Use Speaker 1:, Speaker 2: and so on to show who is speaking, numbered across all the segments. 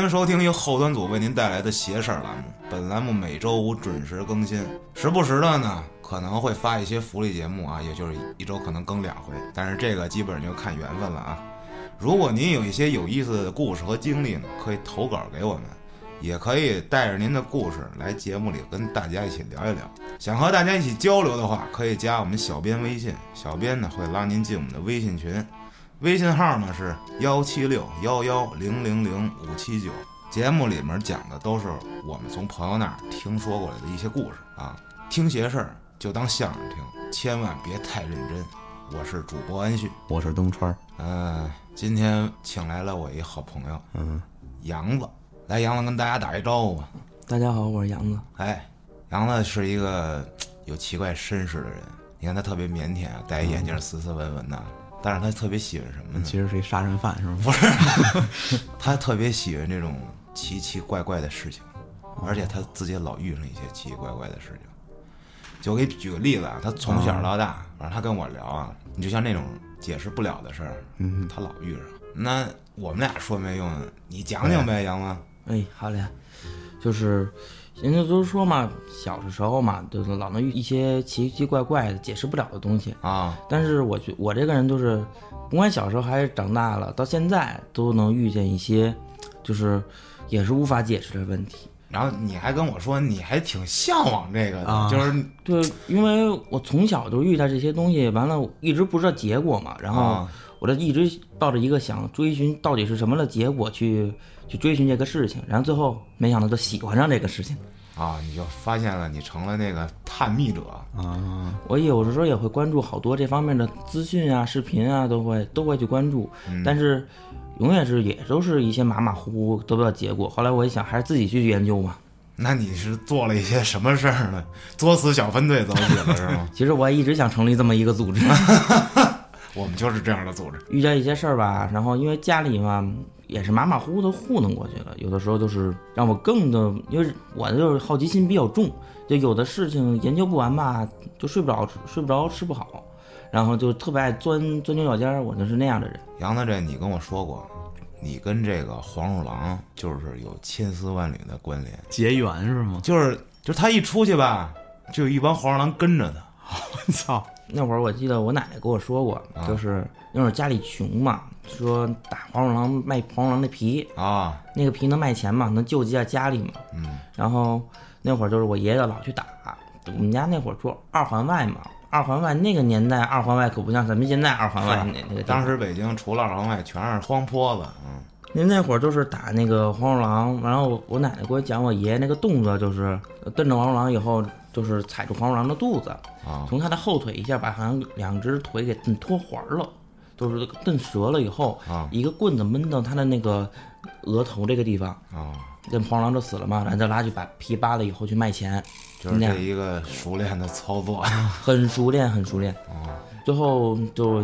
Speaker 1: 迎收听由后端组为您带来的“邪事儿”栏目。本栏目每周五准时更新，时不时的呢可能会发一些福利节目啊，也就是一周可能更两回，但是这个基本就看缘分了啊。如果您有一些有意思的故事和经历呢，可以投稿给我们，也可以带着您的故事来节目里跟大家一起聊一聊。想和大家一起交流的话，可以加我们小编微信，小编呢会拉您进我们的微信群，微信号呢是幺七六幺幺零零零五七九。节目里面讲的都是我们从朋友那儿听说过来的一些故事啊，听邪事儿就当相声听，千万别太认真。我是主播安旭，
Speaker 2: 我是东川儿，
Speaker 1: 呃，今天请来了我一好朋友
Speaker 2: 嗯，
Speaker 1: 杨子，来，杨子跟大家打一招呼吧。
Speaker 3: 大家好，我是杨子。
Speaker 1: 哎，杨子是一个嘖有奇怪身世的人，你看他特别腼腆，啊戴一眼镜，斯斯文文的，但是他特别喜欢什么呢？
Speaker 2: 其实是一杀人犯是吗？
Speaker 1: 他特别喜欢这种奇奇怪怪的事情，而且他自己老遇上一些奇奇怪怪的事情。就给举个例子啊，他从小到大，反正他跟我聊啊，你就像那种解释不了的事儿，
Speaker 2: 嗯，
Speaker 1: 他老遇上。那我们俩说没用，你讲讲呗，杨子。
Speaker 3: 哎，好嘞，就是人家都说嘛，小的时候嘛，就是老能遇一些奇奇怪怪的、解释不了的东西。
Speaker 1: 啊，
Speaker 3: 但是我觉我这个人就是，甭管小时候还是长大了，到现在都能遇见一些，就是也是无法解释的问题。
Speaker 1: 然后你还跟我说你还挺向往这个的，
Speaker 2: 啊
Speaker 1: 就是
Speaker 3: 对，因为我从小就遇到这些东西，完了一直不知道结果嘛，然后
Speaker 1: 啊
Speaker 3: 我这一直抱着一个想追寻到底是什么的结果去去追寻这个事情，然后最后没想到就喜欢上这个事情。
Speaker 1: 啊，你就发现了你成了那个探秘者
Speaker 2: 啊，
Speaker 3: 我有的时候也会关注好多这方面的资讯啊、视频啊，都会都会去关注，但是永远是也都是一些马马虎虎得不到结果。后来我一想，还是自己去研究吧。
Speaker 1: 那你是做了一些什么事儿呢？作死小分队走起了是吗？
Speaker 3: 其实我也一直想成立这么一个组织，
Speaker 1: 我们就是这样的组织
Speaker 3: 遇到一些事儿吧，然后因为家里嘛也是马马虎虎的糊弄过去了，有的时候就是让我更的，因为我就是好奇心比较重，就有的事情研究不完吧，就睡不着，睡不着，吃不好，然后就特别爱钻钻牛角尖儿，我就是那样的人。
Speaker 1: 杨大这，你跟我说过，你跟这个黄鼠狼就是有千丝万缕的关联，
Speaker 2: 结缘是吗？
Speaker 1: 就是就是他一出去吧，就有一帮黄鼠狼跟着他
Speaker 2: 我操，
Speaker 3: 那会儿我记得我奶奶跟我说过，就是那会儿家里穷嘛，说打黄鼠狼卖黄鼠狼的皮，
Speaker 1: 啊，
Speaker 3: 那个皮能卖钱嘛，能救济一下家里嘛。
Speaker 1: 嗯，
Speaker 3: 然后那会儿就是我爷爷老去打，我们家那会儿住二环外嘛，二环外那个年代二环外可不像咱们现在二环外那那个
Speaker 1: 啊
Speaker 3: 地方
Speaker 1: 当时北京除了二环外全是荒坡子，嗯，
Speaker 3: 您那会儿就是打那个黄鼠狼，然后我奶奶给我讲我爷爷那个动作，就是瞪着黄鼠狼以后，就是踩住黄鼠狼的肚子，
Speaker 1: 啊
Speaker 3: 从他的后腿一下把好像两只腿给蹬脱环了，就是蹬折了以后，
Speaker 1: 啊
Speaker 3: 一个棍子闷到他的那个额头这个地方，
Speaker 1: 啊，
Speaker 3: 跟黄鼠狼就死了嘛，然后就拉去把皮扒了以后去卖钱，
Speaker 1: 就是
Speaker 3: 那
Speaker 1: 这
Speaker 3: 样
Speaker 1: 一个熟练的操作，啊
Speaker 3: 很熟练，很熟练。最后就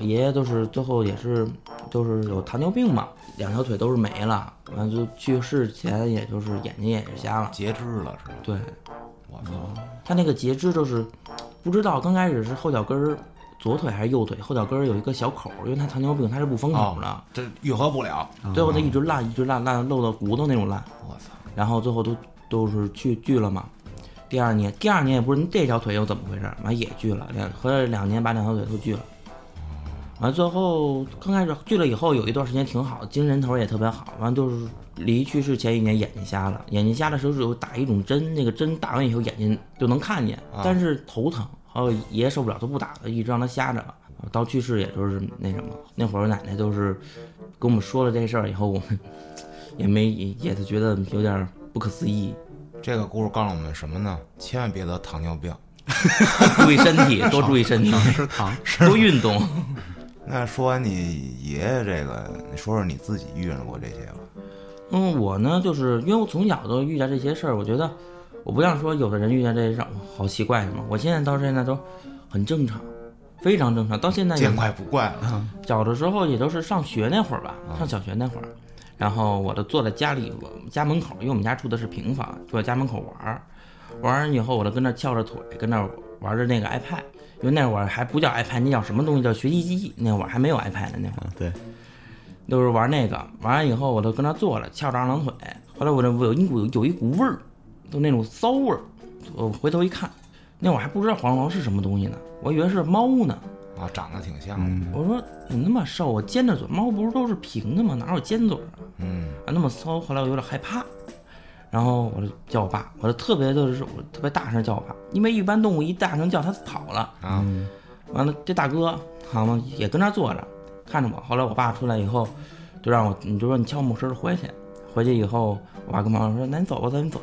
Speaker 3: 爷爷就是最后也是就是有糖尿病嘛，两条腿都是没了，完了就去世前也就是眼睛也是瞎了。
Speaker 1: 截肢了是吧？
Speaker 3: 对
Speaker 1: 我操，
Speaker 3: 他那个截肢就是不知道，刚开始是后脚跟儿。左腿还是右腿，后脚跟儿有一个小口儿，因为他糖尿病，他是不封口的，
Speaker 1: 哦，这愈合不了，
Speaker 3: 最后他一直烂，一直烂，烂漏到骨头那种烂，
Speaker 1: 我操，
Speaker 3: 然后最后都都是去锯了嘛。第二年，第二年也不是这条腿又怎么回事儿，完也锯了，两合着两年把两条腿都锯了。完最后刚开始锯了以后，有一段时间挺好，精神头儿也特别好。完就是离去世前一年眼睛瞎了，眼睛瞎的时候是有打一种针，那个针打完以后眼睛就能看见，但是头疼，还有爷爷受不了就不打了，一直让他瞎着。到去世也就是那什么，那会儿我奶奶就是跟我们说了这事儿以后，我们也没也也是觉得有点儿不可思议，
Speaker 1: 这个故事告诉我们什么呢？千万别得糖尿病。
Speaker 3: 注意身 体，多注意身体，
Speaker 2: 吃糖，
Speaker 3: 多运动。
Speaker 1: 那说完你爷爷这个，你说说你自己遇上过这些吧？
Speaker 3: 嗯，我呢，就是因为我从小都遇见这些事儿，我觉得我不像说有的人遇见这些事儿哇好奇怪什么，我现在到现在都很正常，非常正常。到现在也
Speaker 1: 见怪不怪了。
Speaker 3: 小的时候也都是上学那会儿吧，上小学那会儿，然后我就坐在家里，我们家门口，因为我们家住的是平房，坐在家门口玩儿，玩完以后我就跟那儿翘着腿，跟那儿玩着那个 iPad，因为那会儿还不叫 iPad，那叫什么东西？叫学习机。那会儿还没有 iPad 呢，那会儿。
Speaker 2: 对，
Speaker 3: 就是玩那个，完了以后我就跟他坐着，翘着二郎腿。后来我这我有一股有一股味儿，就那种骚味儿。我回头一看，那会儿还不知道黄鼠狼是什么东西呢，我以为是猫呢。
Speaker 1: 啊，长得挺像的，
Speaker 2: 嗯，
Speaker 3: 我说怎么那么瘦啊？尖着嘴，猫不是都是平的吗？哪有尖嘴儿啊？
Speaker 1: 嗯，
Speaker 3: 啊，那么骚。后来我有点害怕，然后我就叫我爸，我就特别就是我特别大声叫我爸，因为一般动物一大声叫它跑了。
Speaker 1: 啊，
Speaker 3: 完了，这大哥好嘛也跟那儿坐着看着我。后来我爸出来以后，就让我你就说你悄没声儿回去。回去以后，我爸跟妈妈说：“那你走吧，咱走。”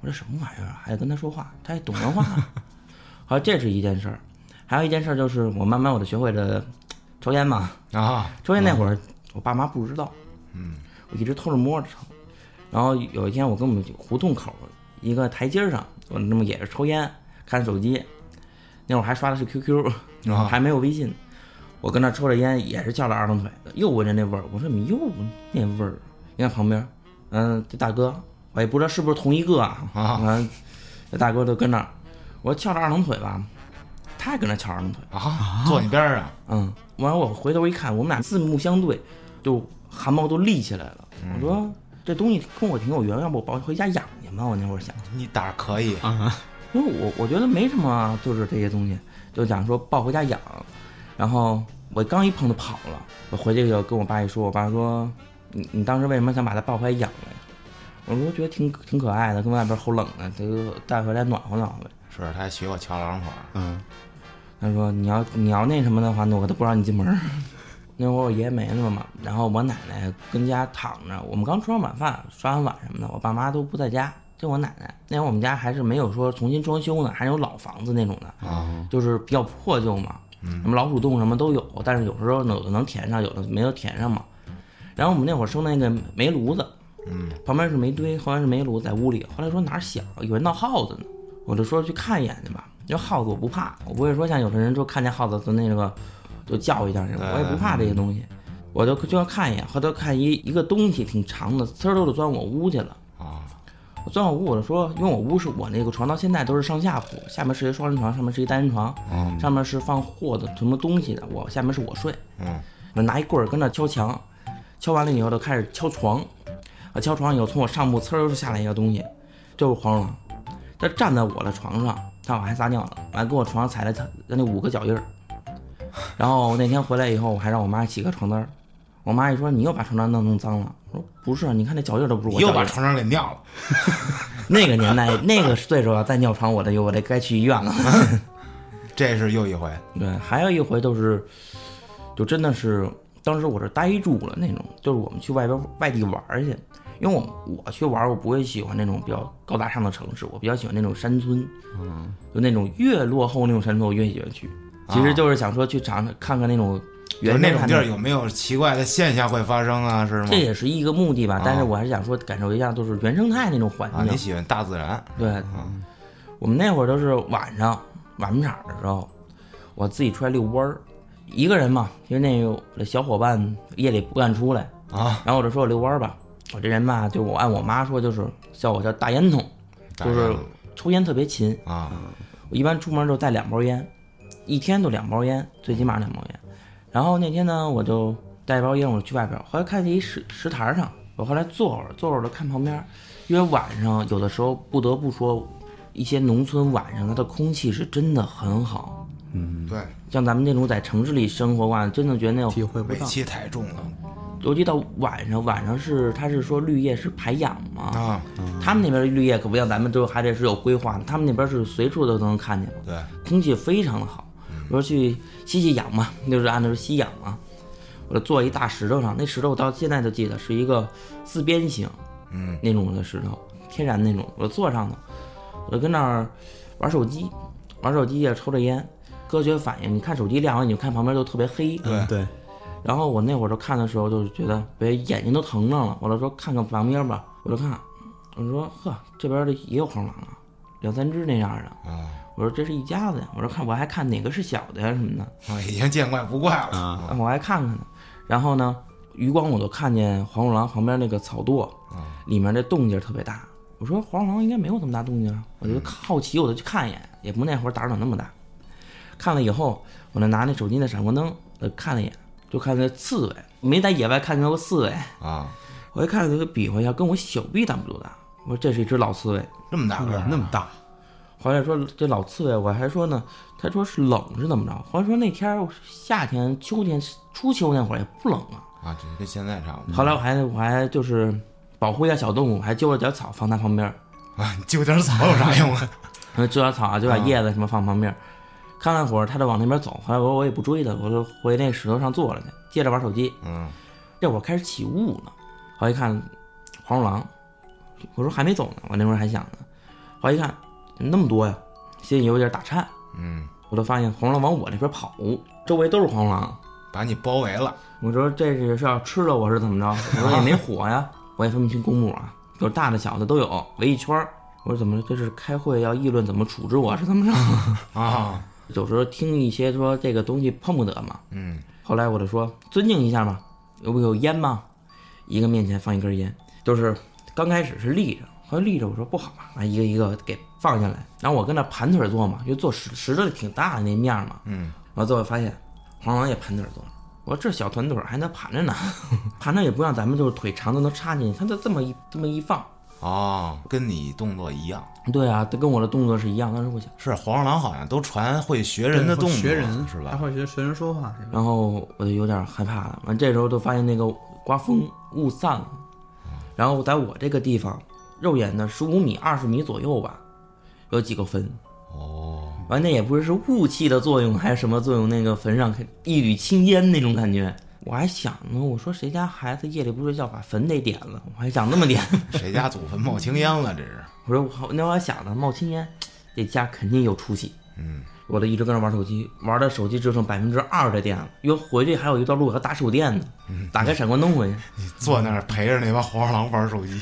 Speaker 3: 我说什么玩意儿啊？还得跟他说话， 他还懂文化、啊。好，这是一件事儿，还有一件事儿就是我慢慢我就学会了抽烟嘛。
Speaker 1: 啊，
Speaker 3: 抽烟那会儿，我爸妈不知道，嗯，我一直偷着摸着抽。然后有一天，我跟我们胡同口一个台阶上，我那么也是抽烟，看手机。那会儿还刷的是 QQ，、
Speaker 1: 啊
Speaker 3: 还没有微信。我跟那抽着烟，也是翘着二郎腿，又闻着那味儿。我说你又闻那味儿？你看旁边，嗯，这大哥，我也不知道是不是同一个啊。
Speaker 1: 啊
Speaker 3: 嗯，这大哥就跟那儿，我说翘着二郎腿吧，他也跟那翘着二郎腿。
Speaker 1: 啊，坐你边儿啊，
Speaker 3: 嗯，完了我回头一看，我们俩四目相对，就汗毛都立起来了。我说这东西跟我挺有缘，要不我抱回家养去吧？我那会儿想，
Speaker 1: 你胆儿可以，
Speaker 3: 因为我我觉得没什么啊，就是这些东西，就想说抱回家养。然后我刚一碰就跑了，我回去就跟我爸一说，我爸说你你当时为什么想把它抱回来养来？我说觉得挺挺可爱的，跟外边齁冷的，就带回来暖和暖和呗。
Speaker 1: 是他还学我翘二郎腿儿，
Speaker 2: 嗯，
Speaker 3: 他说你要你要那什么的话，那我都不让你进门儿。 那会儿我爷爷没了嘛，然后我奶奶跟家躺着，我们刚吃完晚饭，刷完碗什么的，我爸妈都不在家，就我奶奶。那会儿我们家还是没有说重新装修呢，还有老房子那种的，就是比较破旧嘛，什么老鼠洞什么都有，但是有时候有的能填上，有的没有填上嘛。然后我们那会儿生那个煤炉子，嗯，旁边是煤堆，后来是煤炉在屋里。后来说哪儿响，以为闹耗子呢，我就说去看一眼去吧。因为耗子我不怕，我不会说像有的人说看见耗子就那个就叫一下什么，我也不怕这些东西，我就就要看一眼。后头看一一个东西挺长的，呲儿溜就钻我屋去了。
Speaker 1: 啊，
Speaker 3: 我钻我屋，我就说，因为我屋是我那个床到现在都是上下铺，下面是一双人床，上面是一单人床，上面是放货的什么东西的，我下面是我睡。
Speaker 1: 嗯，
Speaker 3: 我拿一棍儿跟那敲墙，敲完了以后就开始敲床，啊，敲床以后从我上铺呲儿就下来一个东西，就是黄鼠狼，它站在我的床上，它还撒尿了，完给我床上踩了它那五个脚印儿。然后那天回来以后，我还让我妈洗个床单儿，我妈一说你又把床单弄弄脏了，我说不是，你看那脚印儿都不是
Speaker 1: 你
Speaker 3: 我脚
Speaker 1: 又
Speaker 3: 印
Speaker 1: 把
Speaker 3: 儿。
Speaker 1: 床上给尿了，
Speaker 3: 那个年代那个岁数啊，再尿床我的我得该去医院了。
Speaker 1: 这是又一回，
Speaker 3: 对，还有一回就是，就真的是当时我这呆住了那种，就是我们去外边外地玩儿去，因为我我去玩儿，我不会喜欢那种比较高大上的城市，我比较喜欢那种山村，嗯，就那种越落后那种山村我越喜欢去，其实就是想说去尝尝看看那种
Speaker 1: 啊就
Speaker 3: 原
Speaker 1: 是
Speaker 3: 生
Speaker 1: 那种
Speaker 3: 态
Speaker 1: 地儿
Speaker 3: 的
Speaker 1: 有没有奇怪的现象会发生啊？是吗
Speaker 3: 这？也是一个目的吧，但是
Speaker 1: 啊
Speaker 3: 我还是想说感受一下就是原生态那种环
Speaker 1: 啊，
Speaker 3: 境
Speaker 1: 你，喜欢大自然，
Speaker 3: 对，我们那会儿都是晚上晚场的时候，我自己出来遛弯儿，一个人嘛，因为那个我的小伙伴夜里不敢出来
Speaker 1: 啊。
Speaker 3: 然后我就说我遛弯儿吧，我这人吧，就我按我妈说，就是叫我叫大烟筒，就是抽烟特别勤。
Speaker 1: 啊，
Speaker 3: 我一般出门就带两包烟，一天就两包烟，最起码两包烟。然后那天呢，我就带一包烟，我就去外边儿。后来看见一石石台上，我后来坐会儿，坐会儿就看旁边儿，因为晚上有的时候不得不说，一些农村晚上它的空气是真的很好。
Speaker 1: 对，
Speaker 3: 像咱们那种在城市里生活过，真的觉得那种
Speaker 2: 体会不
Speaker 1: 尾
Speaker 2: 到，
Speaker 1: 气太重了
Speaker 3: 尤其到晚上，晚上是它是说绿叶是排氧嘛，
Speaker 1: 啊，
Speaker 3: 他们那边绿叶可不像咱们，都还得是有规划的，他们那边是随处都能看见，
Speaker 1: 对，
Speaker 3: 空气非常的好。我说去吸吸氧嘛，就是按照吸氧嘛，我就坐一大石头上，那石头我到现在都记得是一个四边形，
Speaker 1: 嗯，
Speaker 3: 那种的石头，天然那种，我就坐上头，我就跟那儿玩手机，玩手机也啊抽着烟，科学反应，你看手机亮完，你就看旁边就特别黑，
Speaker 2: 嗯 对，
Speaker 3: 然后我那会儿就看的时候，就是觉得别眼睛都疼上了，我就说看看旁边吧，我就看，我说呵，这边的也有黄狼啊，两三只那样的，
Speaker 1: 啊，
Speaker 3: 我说这是一家子呀，我说看我还看哪个是小的呀什么的，
Speaker 1: 我已经见怪不怪了
Speaker 2: 啊
Speaker 3: 啊我还看看呢，然后呢，余光我就看见黄鼠狼旁边那个草垛里面这动静特别大，我说黄鼠狼应该没有这么大动静啊，我就好奇我就去看一眼，也不那会儿胆儿哪那么大，看了以后，我就拿那手机那闪光灯呃看了一眼，就看那刺猬，没在野外看见过刺猬，
Speaker 1: 啊，
Speaker 3: 我一看就给比划一下，跟我小臂差不多大。我说这是一只老刺猬，
Speaker 1: 这么大个儿，
Speaker 2: 嗯那么大，
Speaker 3: 回来说这老刺猬，我还说呢，他说是冷是怎么着？后来说那天儿夏天、秋天、初秋那会儿也不冷啊。
Speaker 1: 啊，这跟现在差不多。
Speaker 3: 后来我还我还就是保护一下小动物，还揪了点草放它旁边儿，
Speaker 1: 啊， 你揪点草有啥用啊？
Speaker 3: 然后揪点草啊，揪点叶子什么放旁边儿。看了会儿，它就往那边走。后来我我也不追它，我就回那石头上坐着去，接着玩手机。
Speaker 1: 嗯，
Speaker 3: 这会儿开始起雾了，后来一看黄鼠狼，我说还没走呢，我那会儿还想呢。后来一看怎么那么多呀，心里有点打颤。
Speaker 1: 嗯，
Speaker 3: 我就发现黄鼠狼往我这边跑，周围都是黄鼠狼。
Speaker 1: 把你包围了，
Speaker 3: 我说这是是要吃了我是怎么着？我说也没火呀，我也分不清公母啊，有大的小的都有，围一圈儿。我说怎么这是开会要议论怎么处置我是怎么着？
Speaker 1: 啊，
Speaker 3: 有时候听一些说这个东西碰不得嘛。
Speaker 1: 嗯，
Speaker 3: 后来我就说尊敬一下嘛，有不有烟吗？一个面前放一根烟，就是刚开始是立着，后来立着我说不好啊，一个一个给放下来。然后我跟那盘腿坐嘛，就坐石石头挺大的那面嘛，
Speaker 1: 嗯，
Speaker 3: 然后最后发现黄鼠狼也盘腿坐着。我说这小团腿还能盘着呢， 盘着也不让咱们就是腿长的能插进去，它就这么一这么一放。
Speaker 1: 哦，跟你动作一样。
Speaker 3: 对啊，它跟我的动作是一样。当时我想，
Speaker 1: 是黄鼠狼好像都传会学人的动作，
Speaker 2: 学人
Speaker 1: 是
Speaker 2: 还
Speaker 1: 吧？
Speaker 2: 会学学人说话是吧？
Speaker 3: 然后我就有点害怕了。完这时候就发现那个刮风雾散了，然后在我这个地方，肉眼的十五米、二十米左右吧，有几个坟。
Speaker 1: 哦，
Speaker 3: 完那也不是是雾气的作用还是什么作用，那个坟上一缕青烟那种感觉。我还想呢，我说谁家孩子夜里不睡觉把坟得点了，我还想那么点。
Speaker 1: 谁家祖坟冒青烟了？这是，
Speaker 3: 我说我那我还想呢，冒青烟，这家肯定有出息。
Speaker 1: 嗯，
Speaker 3: 我就一直跟那玩手机，玩到手机只剩百分之二的电了，因为回去还有一段路要打手电呢，
Speaker 1: 嗯
Speaker 3: 打开闪光灯回去。
Speaker 1: 你坐那儿陪着那帮黄鼠狼玩手机，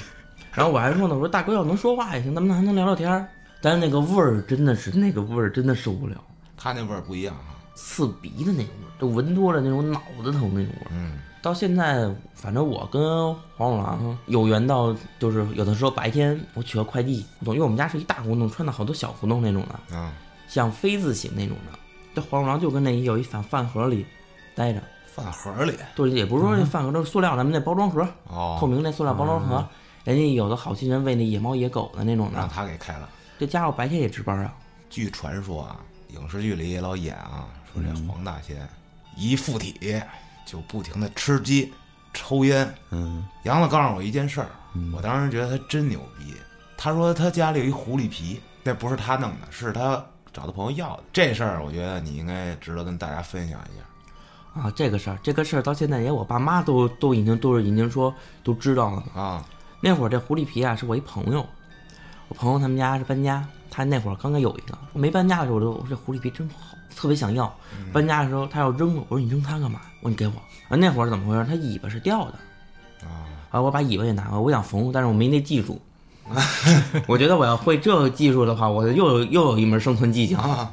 Speaker 3: 然后我还说呢，我说大哥要能说话也行，咱们还能聊聊天儿。但是那个味儿真的是，那个味儿真的受不了，
Speaker 1: 它那味儿不一样啊。
Speaker 3: 刺鼻的那种味儿，就闻多了那种脑子疼那种味儿。
Speaker 1: 嗯，
Speaker 3: 到现在，反正我跟黄鼠狼有缘到，就是有的时候白天我取个快递胡同，因为我们家是一大胡同，穿的好多小胡同那种的，
Speaker 1: 啊，
Speaker 3: 像飞字形那种的。这黄鼠狼就跟那有一饭饭盒里待着，
Speaker 1: 饭盒里
Speaker 3: 就是也不是说这饭盒，都是塑料咱们那包装盒，透
Speaker 1: 哦，啊
Speaker 3: 明那塑料包装盒。人家有的好心人喂那野猫野狗的那种
Speaker 1: 让
Speaker 3: 的，
Speaker 1: 它给开了。
Speaker 3: 这家伙白天也值班啊。
Speaker 1: 据传说啊，影视剧里也老演啊，说这黄大仙一附体就不停的吃鸡、抽烟。
Speaker 2: 嗯，
Speaker 1: 杨子告诉我一件事儿，我当时觉得他真牛逼。他说他家里有一狐狸皮，那不是他弄的，是他找他朋友要的。这事儿我觉得你应该值得跟大家分享一下。
Speaker 3: 啊，这个事儿，这个事儿到现在连我爸妈都都已经都是已经说都知道了。
Speaker 1: 啊，
Speaker 3: 那会儿这狐狸皮啊，是我一朋友，我朋友他们家是搬家，他那会儿刚刚有一个，我没搬家的时候我就我说这狐狸皮真好，特别想要。搬家的时候他要扔我，我说你扔它干嘛？我说你给我。啊，那会儿怎么回事？它尾巴是掉的
Speaker 1: 啊，
Speaker 3: 啊，我把尾巴也拿过来，我想缝，但是我没那技术。 我觉得我要会这个技术的话，我又有又有一门生存技巧。
Speaker 1: 啊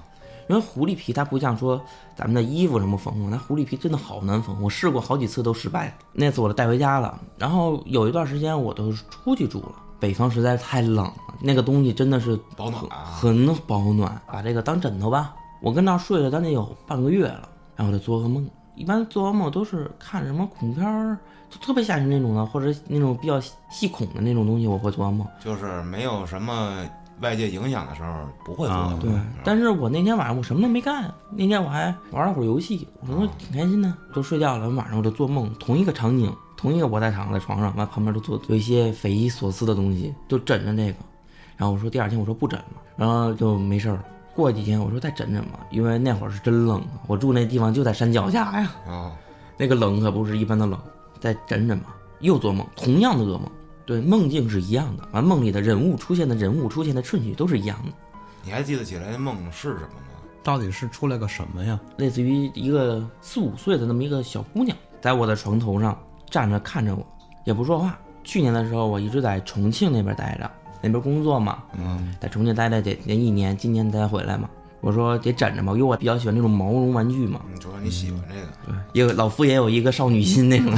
Speaker 3: 因为狐狸皮它不像说咱们的衣服什么缝，那狐狸皮真的好难缝，我试过好几次都失败了。那次我就带回家了，然后有一段时间我都出去住了，北方实在是太冷了，那个东西真的是
Speaker 1: 保暖啊，
Speaker 3: 很保暖，把这个当枕头吧。我跟那儿睡了将近有半个月了，然后我就做噩梦。一般做噩梦都是看什么恐怖片儿，就特别吓人那种的，或者那种比较细恐的那种东西，我会做噩梦。
Speaker 1: 就是没有什么外界影响的时候不会做
Speaker 2: 啊
Speaker 1: 的。
Speaker 3: 对，但是我那天晚上我什么都没干，那天我还玩了会儿游戏，我说挺开心的，都睡觉了。晚上我就做梦，同一个场景，同一个我在躺在床上，完旁边就坐有一些匪夷所思的东西，就枕着这个。然后我说第二天我说不枕了，然后就没事儿了。过几天我说再枕枕吧，因为那会儿是真冷啊，我住那地方就在山脚下呀，
Speaker 1: 啊，
Speaker 3: 那个冷可不是一般的冷。再枕枕吧，又做梦，同样的噩梦，对，梦境是一样的，完梦里的人物出现的人物出现的顺序都是一样的。
Speaker 1: 你还记得起来那梦是什么吗？
Speaker 2: 到底是出来个什么呀？
Speaker 3: 类似于一个四五岁的那么一个小姑娘，在我的床头上站着看着我，也不说话。去年的时候，我一直在重庆那边待着，那边工作嘛，嗯，在重庆待了得得一年，今年才回来嘛。我说得枕着吧，因为我比较喜欢那种毛绒玩具嘛，
Speaker 1: 你主要嗯你喜欢这个，
Speaker 3: 对，也有老夫也有一个少女心那种，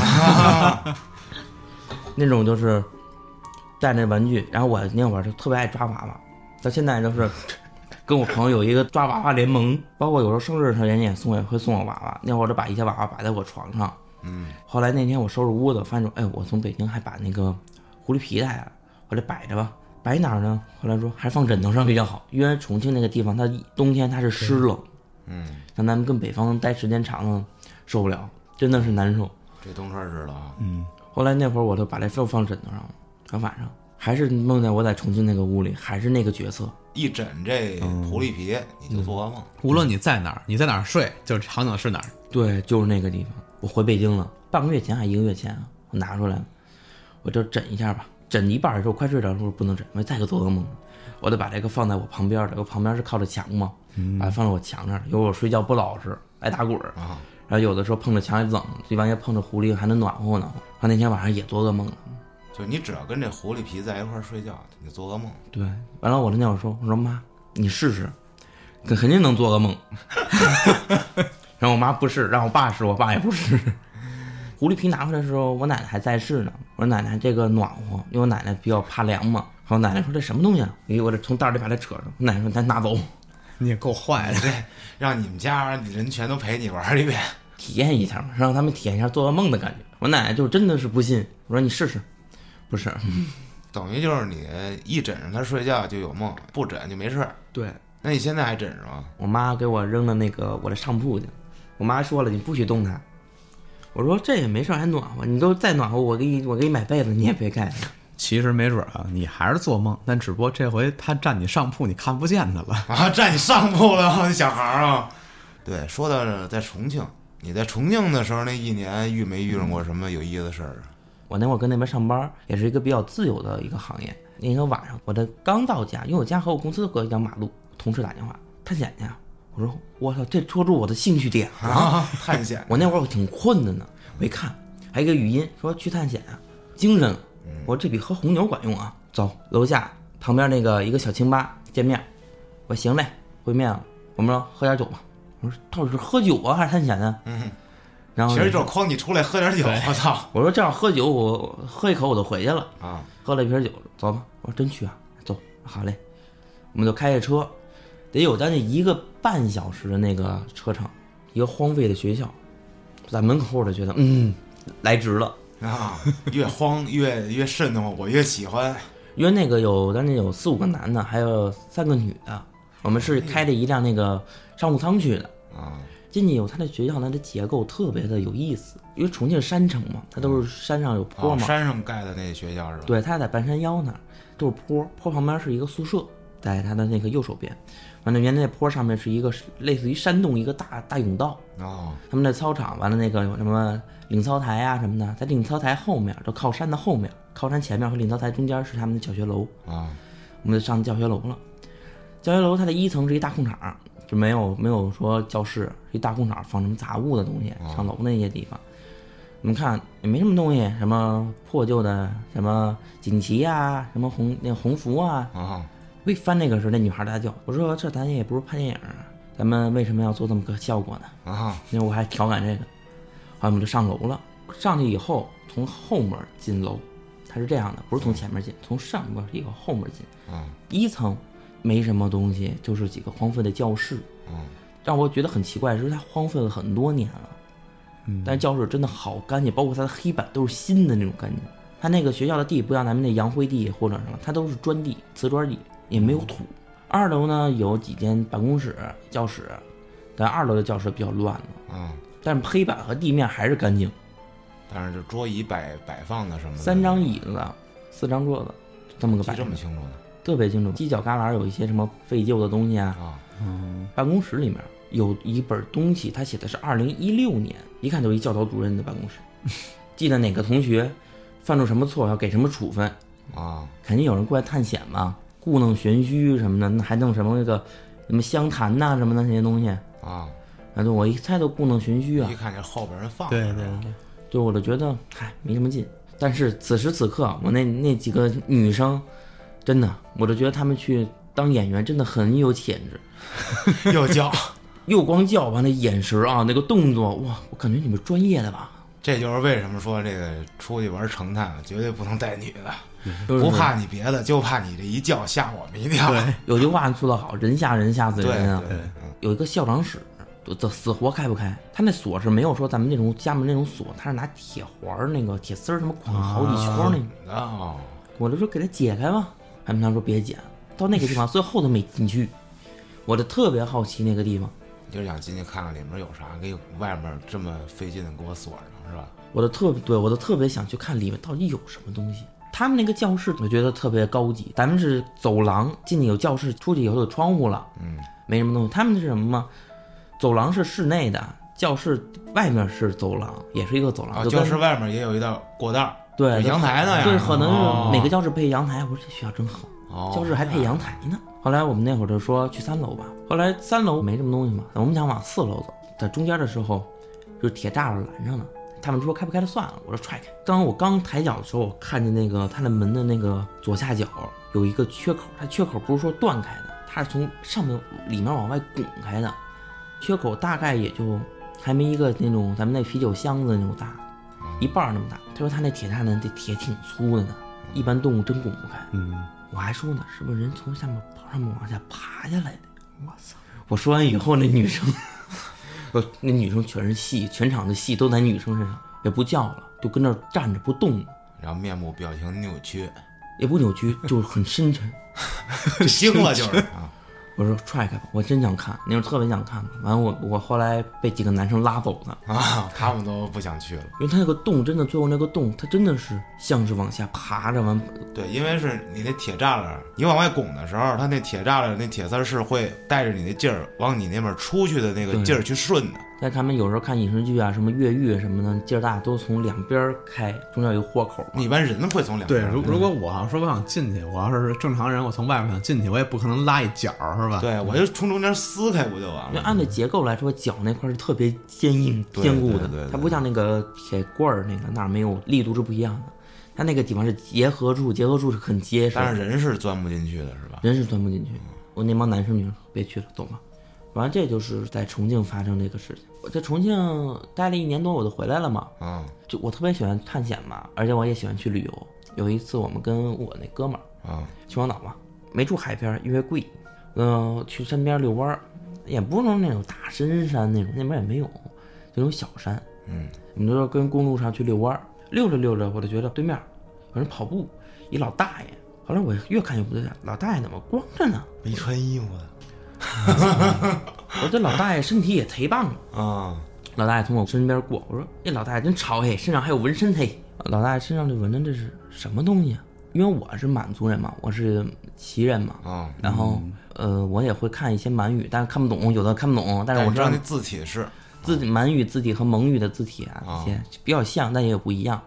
Speaker 3: 那种就是带那玩具，然后我那会儿就特别爱抓娃娃，到现在就是跟我朋友有一个抓娃娃联盟，包括有时候生日上人家也送也会送我娃娃，那会儿就把一些娃娃摆在我床上，
Speaker 1: 嗯，
Speaker 3: 后来那天我收拾屋子，发现说，哎，我从北京还把那个狐狸皮带了，后来摆着吧，摆哪儿呢？后来说还放枕头上比较好，因为重庆那个地方它冬天它是湿冷，
Speaker 1: 嗯，
Speaker 3: 像咱们跟北方待时间长了受不了，真的是难受。
Speaker 1: 这东川知道啊，
Speaker 3: 后来那会儿我就把这又放枕头上了，然后晚上还是梦见我在重庆那个屋里，还是那个角色，
Speaker 1: 一枕这狐狸皮，你就做噩梦。
Speaker 2: 无论你在哪儿，你在哪儿睡，就场景是哪儿。
Speaker 3: 对，就是那个地方。我回北京了，半个月前还一个月前啊，我拿出来了，我就枕一下吧，枕一半儿的时候快睡着了，我说不能枕，我再给做噩梦了。我就把这个放在我旁边的，我旁边是靠着墙嘛，把它放在我墙那儿，有我睡觉不老实，挨打滚儿，
Speaker 1: 啊，
Speaker 3: 然后有的时候碰着墙也冷，这玩意儿碰着狐狸还能暖和呢。然后那天晚上也做噩梦了，
Speaker 1: 就你只要跟这狐狸皮在一块儿睡觉，你就做噩梦。
Speaker 3: 对，完了我跟那会儿说，我说妈，你试试，肯肯定能做个梦。 然后我妈不试，让我爸试，我爸也不试。狐狸皮拿回来的时候，我奶奶还在世呢。我说奶奶，这个暖和，因为我奶奶比较怕凉嘛。然后我奶奶说这什么东西啊？哎，我这从袋里把它扯上。我奶奶说咱拿走，
Speaker 2: 你也够坏的，
Speaker 1: 让你们家人全都陪你玩儿一遍。
Speaker 3: 体验一下嘛，让他们体验一下做噩梦的感觉。我奶奶就真的是不信，我说你试试，不是，
Speaker 1: 等于就是你一枕着它睡觉就有梦，不枕就没事儿。
Speaker 2: 对，
Speaker 1: 那你现在还枕着吗？
Speaker 3: 我妈给我扔到那个我的上铺去，我妈说了你不许动它。我说这也没事儿，还暖和，你都再暖和，我给你我给你买被子，你也别盖了。
Speaker 2: 其实没准儿啊，你还是做梦，但只不过这回他站你上铺，你看不见他了。
Speaker 1: 啊，站你上铺了，小孩儿啊。对，说到这，在重庆，你在重庆的时候那一年遇没遇上过什么有意思的事儿啊？
Speaker 3: 我那会儿跟那边上班，也是一个比较自由的一个行业。那天晚上，我这刚到家，因为我家和我公司隔一条马路，同事打电话，探险去啊。我说我操，这戳中我的兴趣点了、
Speaker 1: 啊， 探险
Speaker 3: 我那会儿我挺困的呢，我一看还有一个语音说去探险啊，精神了。
Speaker 1: 嗯
Speaker 3: 我说这比喝红牛管用啊！走，楼下旁边那个一个小清吧见面。我说行嘞，会面了。我们说喝点酒吧。我说到底是喝酒啊还是探险呢？嗯。然后
Speaker 1: 其实就是诓你出来喝点酒。我操
Speaker 3: 我说这样喝酒，我我喝一口我就回去了。
Speaker 1: 啊！
Speaker 3: 喝了一瓶酒，走吧。我说真去啊，走，好嘞。我们就开着车，得有将近一个半小时的那个车程，一个荒废的学校，在门口我就觉得，嗯，来值了，
Speaker 1: 啊，越慌越越瘆得慌，我越喜欢。
Speaker 3: 因为那个有将近有四五个男的，还有三个女的，我们是开着一辆那个商务舱去的。
Speaker 1: 啊，
Speaker 3: 进去以后，它的学校它的结构特别的有意思，因为重庆是山城嘛，它都是山上有坡
Speaker 1: 哦，
Speaker 3: 嘛，
Speaker 1: 山上盖的那学校是吧？
Speaker 3: 对，它在半山腰那儿，都是坡，坡旁边是一个宿舍，在它的那个右手边，完了原来那坡上面是一个类似于山洞一个大大甬道，
Speaker 1: 哦，
Speaker 3: 他们那操场完了那个有什么领操台啊什么的，在领操台后面，就靠山的后面，靠山前面和领操台中间是他们的教学楼，
Speaker 1: 啊，
Speaker 3: 我们就上教学楼了。教学楼它的一层是一大空场，就没有没有说教室，是一大空场放什么杂物的东西，上楼那些地方。你们看也没什么东西，什么破旧的什么锦旗啊，什么红那红服啊。
Speaker 1: 啊，
Speaker 3: 我一翻那个时候，那女孩大叫：“我说这咱也不是拍电影啊，咱们为什么要做这么个效果呢？”
Speaker 1: 啊，
Speaker 3: 因为我还调侃这个，好，我们就上楼了。上去以后，从后门进楼，它是这样的，不是从前面进，从上边一个后门进。
Speaker 1: 嗯，
Speaker 3: 一层没什么东西，就是几个荒废的教室。
Speaker 1: 嗯，
Speaker 3: 让我觉得很奇怪，是它荒废了很多年了，嗯，但是教室真的好干净，包括它的黑板都是新的那种干净。它那个学校的地不像咱们那洋灰地或者什么，它都是砖地、瓷砖地，也没有土。二楼呢有几间办公室、教室，但二楼的教室比较乱了。
Speaker 1: 嗯，
Speaker 3: 但是黑板和地面还是干净，
Speaker 1: 但是就桌椅摆摆放的什么的，
Speaker 3: 三张椅子，四张桌子，这么个
Speaker 1: 记
Speaker 3: 摆
Speaker 1: 这
Speaker 3: 法，
Speaker 1: 么清楚呢？
Speaker 3: 特别清楚。犄角旮旯有一些什么废旧的东西啊，
Speaker 1: 啊，
Speaker 3: 办公室里面有一本东西，它写的是二零一六年，一看就是一教导主任的办公室，记得哪个同学犯出什么错要给什么处分，
Speaker 1: 啊，
Speaker 3: 肯定有人过来探险嘛，故弄玄虚什么的，那还弄什么那个什么湘潭呐、什么的那些东西，
Speaker 1: 啊，
Speaker 3: 啊，对我一猜都故弄玄虚啊
Speaker 1: 一，看这后边人放，
Speaker 2: 对对对，
Speaker 3: 对，我就觉得嗨没什么劲。但是此时此刻，啊我那那几个女生，真的，我就觉得她们去当演员真的很有潜质。
Speaker 1: 又叫，
Speaker 3: 又光叫完了眼神啊，那个动作，哇，我感觉你们专业的吧？
Speaker 1: 这就是为什么说这个出去玩成探绝对不能带女的，
Speaker 3: 就是
Speaker 1: 不怕你别的，就怕你这一叫吓我们一跳。
Speaker 2: 对
Speaker 3: 有句话说得好，人吓人吓死
Speaker 1: 对
Speaker 3: 人啊。
Speaker 1: 对，嗯
Speaker 3: 有一个校长室，死死活开不开。他那锁是没有说咱们那种家门那种锁，他是拿铁环儿那个铁丝儿他妈捆好几圈儿那种。
Speaker 1: 哦，
Speaker 3: 我就说给他解开吧，韩明堂说别解，到那个地方最后都没进去。我就特别好奇那个地方，
Speaker 1: 你就想进去看看里面有啥，给外面这么费劲的给我锁上是吧？
Speaker 3: 我就特别对我就特别想去看里面到底有什么东西。他们那个教室我觉得特别高级，咱们是走廊进去有教室，出去以后有窗户了，
Speaker 1: 嗯，
Speaker 3: 没什么东西。他们是什么吗？走廊是室内的，教室外面是走廊，也是一个走廊，
Speaker 1: 啊，
Speaker 3: 就跟
Speaker 1: 教室外面也有一道过道，
Speaker 3: 对
Speaker 1: 有阳台呢呀，
Speaker 3: 对，可能
Speaker 1: 哦
Speaker 3: 是每个教室配阳台。我说这学校真好，
Speaker 1: 哦
Speaker 3: 教室还配阳台呢。嗯后来我们那会儿就说去三楼吧，后来三楼没什么东西嘛，我们想往四楼走，在中间的时候，就是铁栅栏拦上了。他们说开不开就算了，我说踹开。当我刚抬脚的时候，我看见那个它的门的那个左下角有一个缺口，它缺口不是说断开的，它是从上面里面往外拱开的，缺口大概也就还没一个那种咱们那啤酒箱子那种大，一半儿那么大。他说他那铁栅栏这铁挺粗的呢，一般动物真拱不开。
Speaker 2: 嗯，
Speaker 3: 我还说呢，是不是人从下面跑上面往下爬下来的？我操！我说完以后，那女生， 我那女生全是戏，全场的戏都在女生身上，也不叫了，就跟那儿站着不动，
Speaker 1: 然后面部表情扭 曲，
Speaker 3: 也不扭曲，就是很深沉。
Speaker 1: 就惊了就是啊，
Speaker 3: 我说踹开吧，我真想看，那时候特别想看嘛。完我我后来被几个男生拉走的，
Speaker 1: 啊，他们都不想去了。
Speaker 3: 因为他那个洞真的最后那个洞，它真的是像是往下爬着完，
Speaker 1: 对，因为是你那铁栅栏，你往外拱的时候，它那铁栅栏那铁丝儿是会带着你那劲儿往你那边出去的那个劲儿去顺的。
Speaker 3: 但他们有时候看影视剧啊，什么越狱什么的，劲儿大都从两边儿开，中间有一豁口嘛。
Speaker 1: 一般人会从两
Speaker 2: 对，
Speaker 1: 边儿
Speaker 2: 如如果我要说我想进去，我要是正常人，我从外面想进去，我也不可能拉一角儿是吧？，
Speaker 1: 对我就从中间撕开不就完
Speaker 3: 因为
Speaker 1: 了？
Speaker 3: 按照结构来说，脚那块儿是特别坚硬、
Speaker 1: 对
Speaker 3: 坚固
Speaker 1: 对
Speaker 3: 的
Speaker 1: 对对，
Speaker 3: 它不像那个铁棍儿那个那儿没有力度是不一样的。它那个地方是结合处，结合处是很结实的，
Speaker 1: 但是人是钻不进去的，是吧？
Speaker 3: 人是钻不进去。我那帮男生女生别去了，走吧。完了，这就是在重庆发生这个事情。我在重庆待了一年多，我就回来了嘛。
Speaker 1: 嗯
Speaker 3: 就我特别喜欢探险嘛，而且我也喜欢去旅游。有一次，我们跟我那哥们儿
Speaker 1: 嗯，
Speaker 3: 秦皇岛嘛，没住海边儿，因为贵，嗯、去山边遛弯儿，也不是那种大深山那种，那边也没有，就那种小山。
Speaker 1: 嗯，
Speaker 3: 我们就说跟公路上去遛弯儿，遛着遛着，我就觉得对面有人跑步，一老大爷。后来我越看越不对劲，老大爷怎么光着呢？
Speaker 2: 没穿衣服的，
Speaker 3: 我说这老大爷身体也忒棒了。
Speaker 1: 啊，
Speaker 3: 老大爷从我身边过，我说：“这老大爷真潮嘿，身上还有纹身嘿。”老大爷身上就纹着这是什么东西、啊？因为我是满族人嘛，我是旗人嘛，
Speaker 1: 啊，
Speaker 3: 然后呃，我也会看一些满语，但是看不懂，有的看不懂，但是我
Speaker 1: 知
Speaker 3: 知
Speaker 1: 道
Speaker 3: 道
Speaker 1: 那字体是
Speaker 3: 字满语字体和蒙语的字体啊，
Speaker 1: 啊
Speaker 3: 这些比较像，但也有不一样。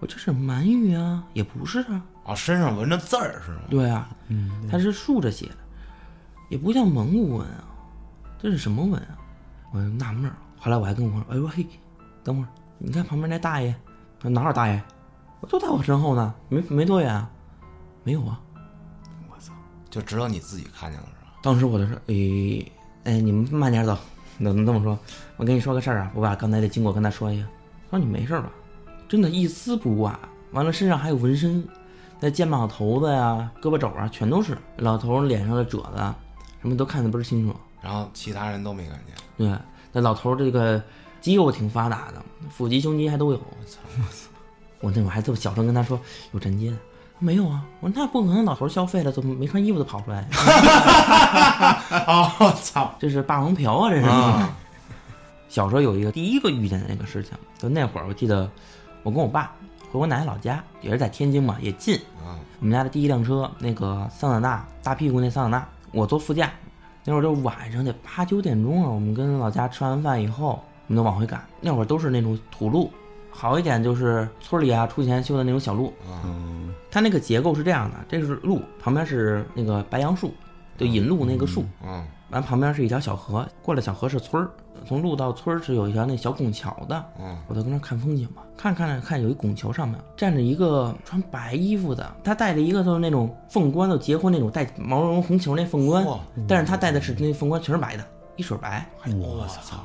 Speaker 3: 我这是满语啊，也不是啊，
Speaker 1: 啊，身上纹着字儿是吗？
Speaker 3: 对啊，它是竖着写的，也不像蒙古文啊，这是什么文啊？我就纳闷儿。后来我还跟我说，哎呦嘿，等会儿，你看旁边那大爷，他哪有大爷？我就在我身后呢，没没多远啊，没有啊。
Speaker 1: 就只有你自己看见了是吧？
Speaker 3: 当时我就说，哎哎，你们慢点走，能能这么说？我跟你说个事儿啊，我把刚才的经过跟他说一下。他说你没事吧？真的，一丝不挂。完了，身上还有纹身，那肩膀头子呀、胳膊肘啊，全都是。老头儿脸上的褶子啊，什么都看得倍儿清楚。
Speaker 1: 然后其他人都没看见，
Speaker 3: 对，那老头儿这个肌肉挺发达的，腹肌、胸肌还都有。我操！我那会儿还特小声跟他说有站街的，没有啊。我说那不可能，老头儿消费了，怎么没穿衣服就跑出来？
Speaker 1: 啊，
Speaker 2: 哦
Speaker 1: 我操
Speaker 3: 这是霸王瓢啊，这是。
Speaker 1: 啊，
Speaker 3: 小时候有一个第一个遇见的那个事情，就那会儿我记得，我跟我爸回我奶奶老家，也是在天津嘛，也近。
Speaker 1: 啊
Speaker 3: 我们家的第一辆车，那个桑塔纳大屁股那桑塔纳，我坐副驾。那会儿就晚上得八九点钟了，啊我们跟老家吃完饭以后，我们就往回赶。那会儿都是那种土路，好一点就是村里啊出钱修的那种小路。
Speaker 1: 啊，
Speaker 3: 它那个结构是这样的，这是路，旁边是那个白杨树，就引路那个树。
Speaker 1: 嗯
Speaker 3: 完旁边是一条小河，过了小河是村儿，从路到村儿是有一条那小拱桥的。
Speaker 1: 嗯
Speaker 3: 我就跟那儿看风景嘛，看着看着看，有一拱桥上面站着一个穿白衣服的，他戴着一个就是那种凤冠，就结婚那种戴毛绒红球那凤冠
Speaker 1: 哇，
Speaker 3: 但是他戴的是那凤冠全是白的，一水白。
Speaker 1: 哎我操，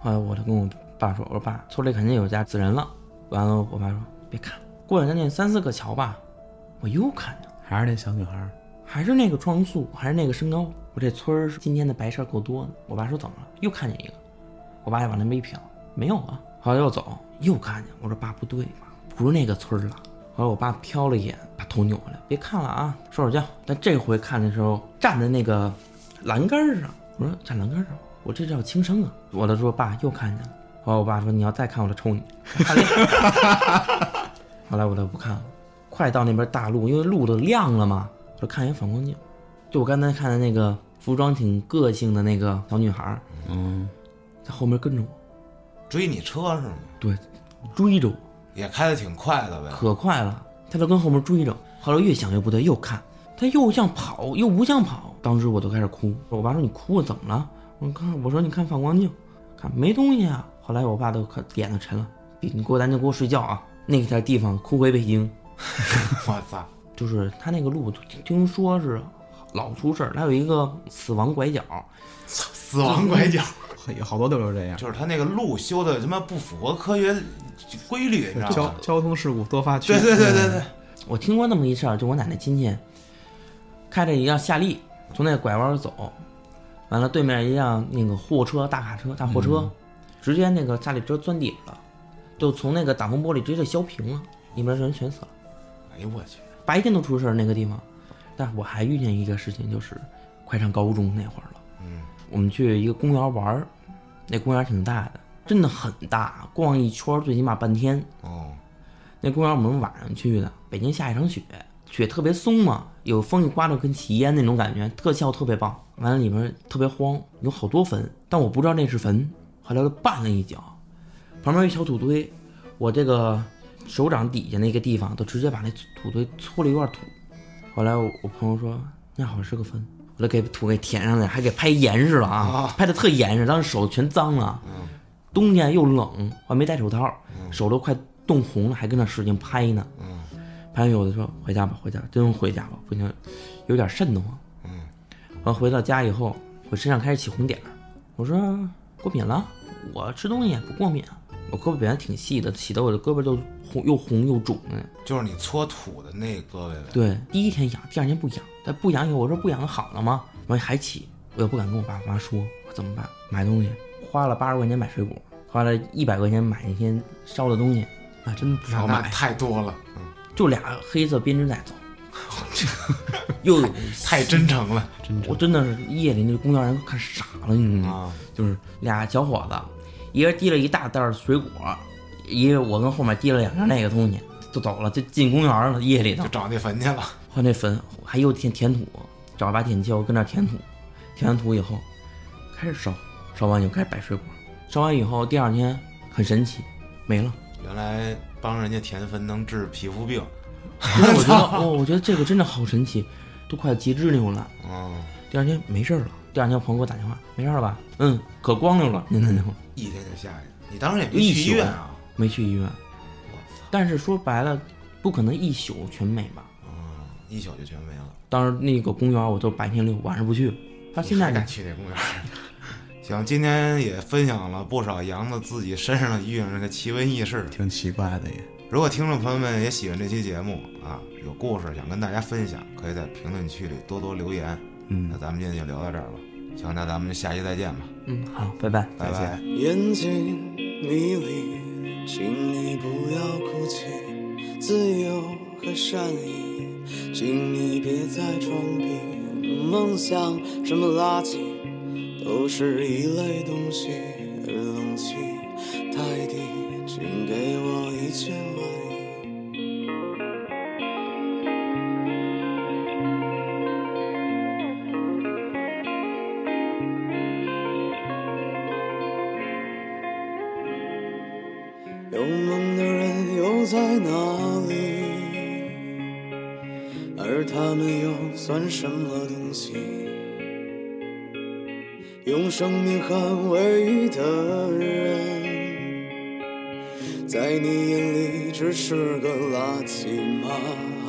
Speaker 3: 后来我就跟我爸说：“我说爸，村里肯定有家死人了。”完了，我爸说：“别看，过两天那三四个桥吧。”我又看见了，
Speaker 2: 还是那小女孩儿，
Speaker 3: 还是那个撞素，还是那个身高。我这村儿今天的白事儿够多的。我爸说怎么了？又看见一个。我爸也往那边一瞟，没有啊。后来又走，又看见。我说爸，不对吧？不是那个村儿了。后来我爸瞟了一眼，把头扭回来，别看了啊，睡会儿觉。但这回看的时候，站在那个栏杆儿上，我说站栏杆儿上，我这叫轻生啊。我就说爸，又看见了。后来我爸说你要再看我就抽你。看了一眼后来我就不看了。快到那边大路，因为路都亮了嘛，我就看一反光镜，就我刚才看的那个服装挺个性的那个小女孩，
Speaker 2: 嗯，
Speaker 3: 在后面跟着我，
Speaker 1: 追你车是吗？
Speaker 3: 对，追着我，
Speaker 1: 也开的挺快的呗。
Speaker 3: 可快了，她就跟后面追着。后来越想越不对，又看，她又像跑又不像跑，当时我就开始哭。我爸说你哭啊，怎么了？我看我说你看反光镜，看没东西啊。后来我爸都可脸都沉了，你给我咱就给我睡觉啊，那个地方哭回北京。
Speaker 1: 我操！
Speaker 3: 就是他那个路，听听说是老出事儿，他有一个死亡拐角，
Speaker 1: 死亡拐角，
Speaker 2: 有好多都是这样，
Speaker 1: 就是他那个路修的他妈不符合科学规律，你知道
Speaker 2: 交
Speaker 1: 吗？
Speaker 2: 交通事故多发区。嗯
Speaker 1: 对对对对对，
Speaker 3: 我听过那么一事儿，就我奶奶亲戚开着一辆夏利从那拐弯儿走，完了对面一辆那个货车大卡车大货车，直接那个夏利车钻底了，就从那个挡风玻璃直接就削平了，里面人全死了。
Speaker 1: 哎呦我去！
Speaker 3: 白天都出事儿那个地方，但是我还遇见一个事情，就是快上高中那会儿了。
Speaker 1: 嗯，
Speaker 3: 我们去一个公园玩儿，那公园挺大的，真的很大，逛一圈儿最起码半天。
Speaker 1: 哦，
Speaker 3: 那公园我们晚上去的，北京下一场雪，雪特别松嘛，有风一刮就跟起烟那种感觉，特效特别棒。完了里面特别荒，有好多坟，但我不知道那是坟，后来我就绊了一脚，旁边一小土堆，我这个手掌底下那个地方都直接把那土堆搓了一块土。后来我我朋友说那好像是个坟，我就给土给填上去，还给拍严实了啊，拍的特严实，当时手全脏了。冬天又冷，我还没戴手套，手都快冻红了，还跟那使劲拍呢。
Speaker 1: 嗯
Speaker 3: 拍完有的说回家吧，回家吧，真回家吧，不行，有点瘆得慌。
Speaker 1: 嗯，
Speaker 3: 完回到家以后，我身上开始起红点儿，我说过敏了，我吃东西也不过敏啊，我胳膊本来挺细的，起的我的胳膊就红又红又肿的。
Speaker 1: 就是你搓土的那胳膊呗。
Speaker 3: 对，第一天痒，第二天不痒，但不痒以后我说不痒了好了吗？完还起，我又不敢跟我爸妈说，我怎么办？买东西花了八十块钱买水果，花了一百块钱买那些烧的东西，
Speaker 2: 那真不
Speaker 1: 那
Speaker 2: 少买，
Speaker 1: 太多了，嗯，
Speaker 3: 就俩黑色编织袋走，又有
Speaker 1: 太真诚了
Speaker 2: 真
Speaker 3: 我真
Speaker 2: 真
Speaker 3: 的是夜里那公园人都看傻了，你知道吗？
Speaker 1: 啊！
Speaker 3: 就是俩小伙子，一人提了一大袋儿水果，一个我跟后面提了两个那个东西，就走了，就进公园了。夜里头
Speaker 1: 就找那坟去了。
Speaker 3: 换那坟，还又填填土，找把舔锹跟那儿填土，填完土以后开始烧，烧完以后开始摆水果，烧完以后第二天很神奇，没了。
Speaker 1: 原来帮人家填坟能治皮肤病，
Speaker 3: 真的，我觉得， 哦，我觉得这个真的好神奇，都快极致那种了。
Speaker 1: 嗯，
Speaker 3: 第二天没事儿了，第二天我朋友给我打电话，没事儿了吧？嗯，可光溜了，您那就
Speaker 1: 一天就下去了。你当时也没去医院啊？
Speaker 3: 没去医院。
Speaker 1: 我操，
Speaker 3: 但是说白了，不可能一宿全没吧？
Speaker 1: 嗯，一宿就全没了。
Speaker 3: 当时那个公园我都白天溜，晚上不去。他现在
Speaker 1: 还
Speaker 3: 呢
Speaker 1: 敢去那公园儿？行，今天也分享了不少杨子自己身上遇上的奇闻异事。
Speaker 2: 挺奇怪的也。
Speaker 1: 如果听众朋友们也喜欢这期节目啊，有故事想跟大家分享，可以在评论区里多多留言。那
Speaker 2: 嗯，
Speaker 1: 咱们今天就聊到这儿吧。行，那咱们就下期再见吧，
Speaker 3: 嗯，好，拜拜。
Speaker 1: 拜
Speaker 2: 再
Speaker 1: 拜
Speaker 2: 见。
Speaker 4: 眼睛迷离，请你不要哭泣，自由和善意，请你别再装逼。梦想这么垃圾，都是一类东西，而冷气太低，请给我一千万亿。有梦的人又在哪里？而他们又算什么东西？用生命捍卫一的人，在你眼里只是个垃圾吗？啊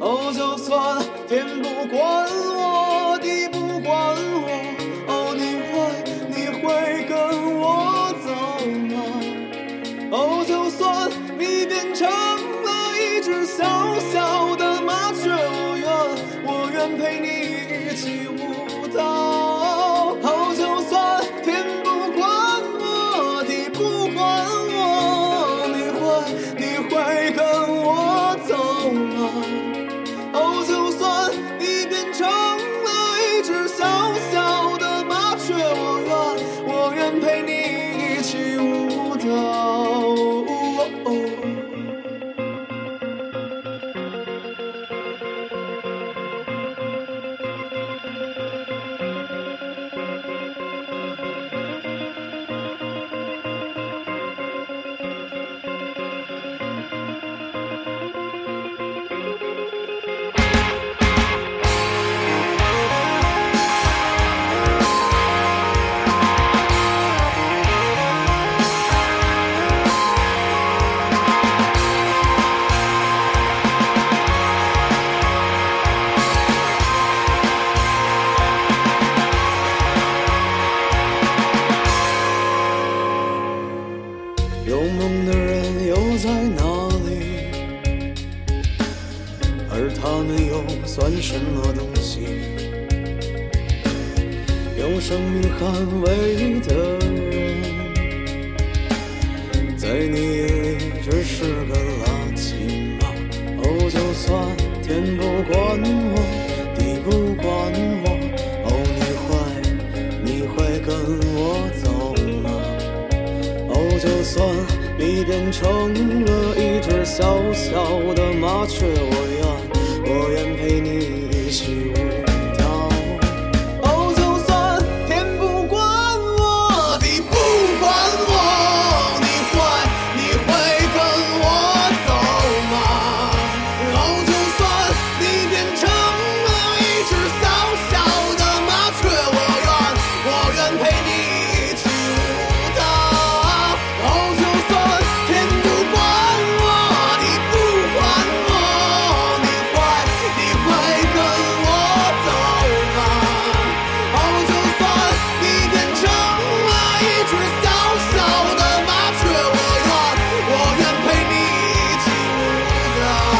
Speaker 4: 哦，就算天不管我，地不管我，哦，你会，你会跟我哦陪你一起舞蹈。哦，就算天不管我，地不管我，你会你会跟我走吗？哦，就算你变成了一只小小的麻雀，我愿我愿陪你一起舞蹈。哦有梦的人又在哪里？而他们又算什么东西？用生命捍卫的人，在你眼里只是个垃圾吗？哦，就算天不管我，地不管我，哦，你会，你会跟我走吗？哦，就算你变成了一只小小的麻雀，我愿，我愿陪你一起舞蹈。哦，就算天不管我，地不管我，你会，你会跟我走吗？哦，就算你变成了一只小小的麻雀，我愿，我愿陪你一起舞蹈。哦，就算天不管我，地不管我，你会你会跟我走吗？哦，就算你变成了一只小小的麻雀，我愿我愿陪你一起舞蹈。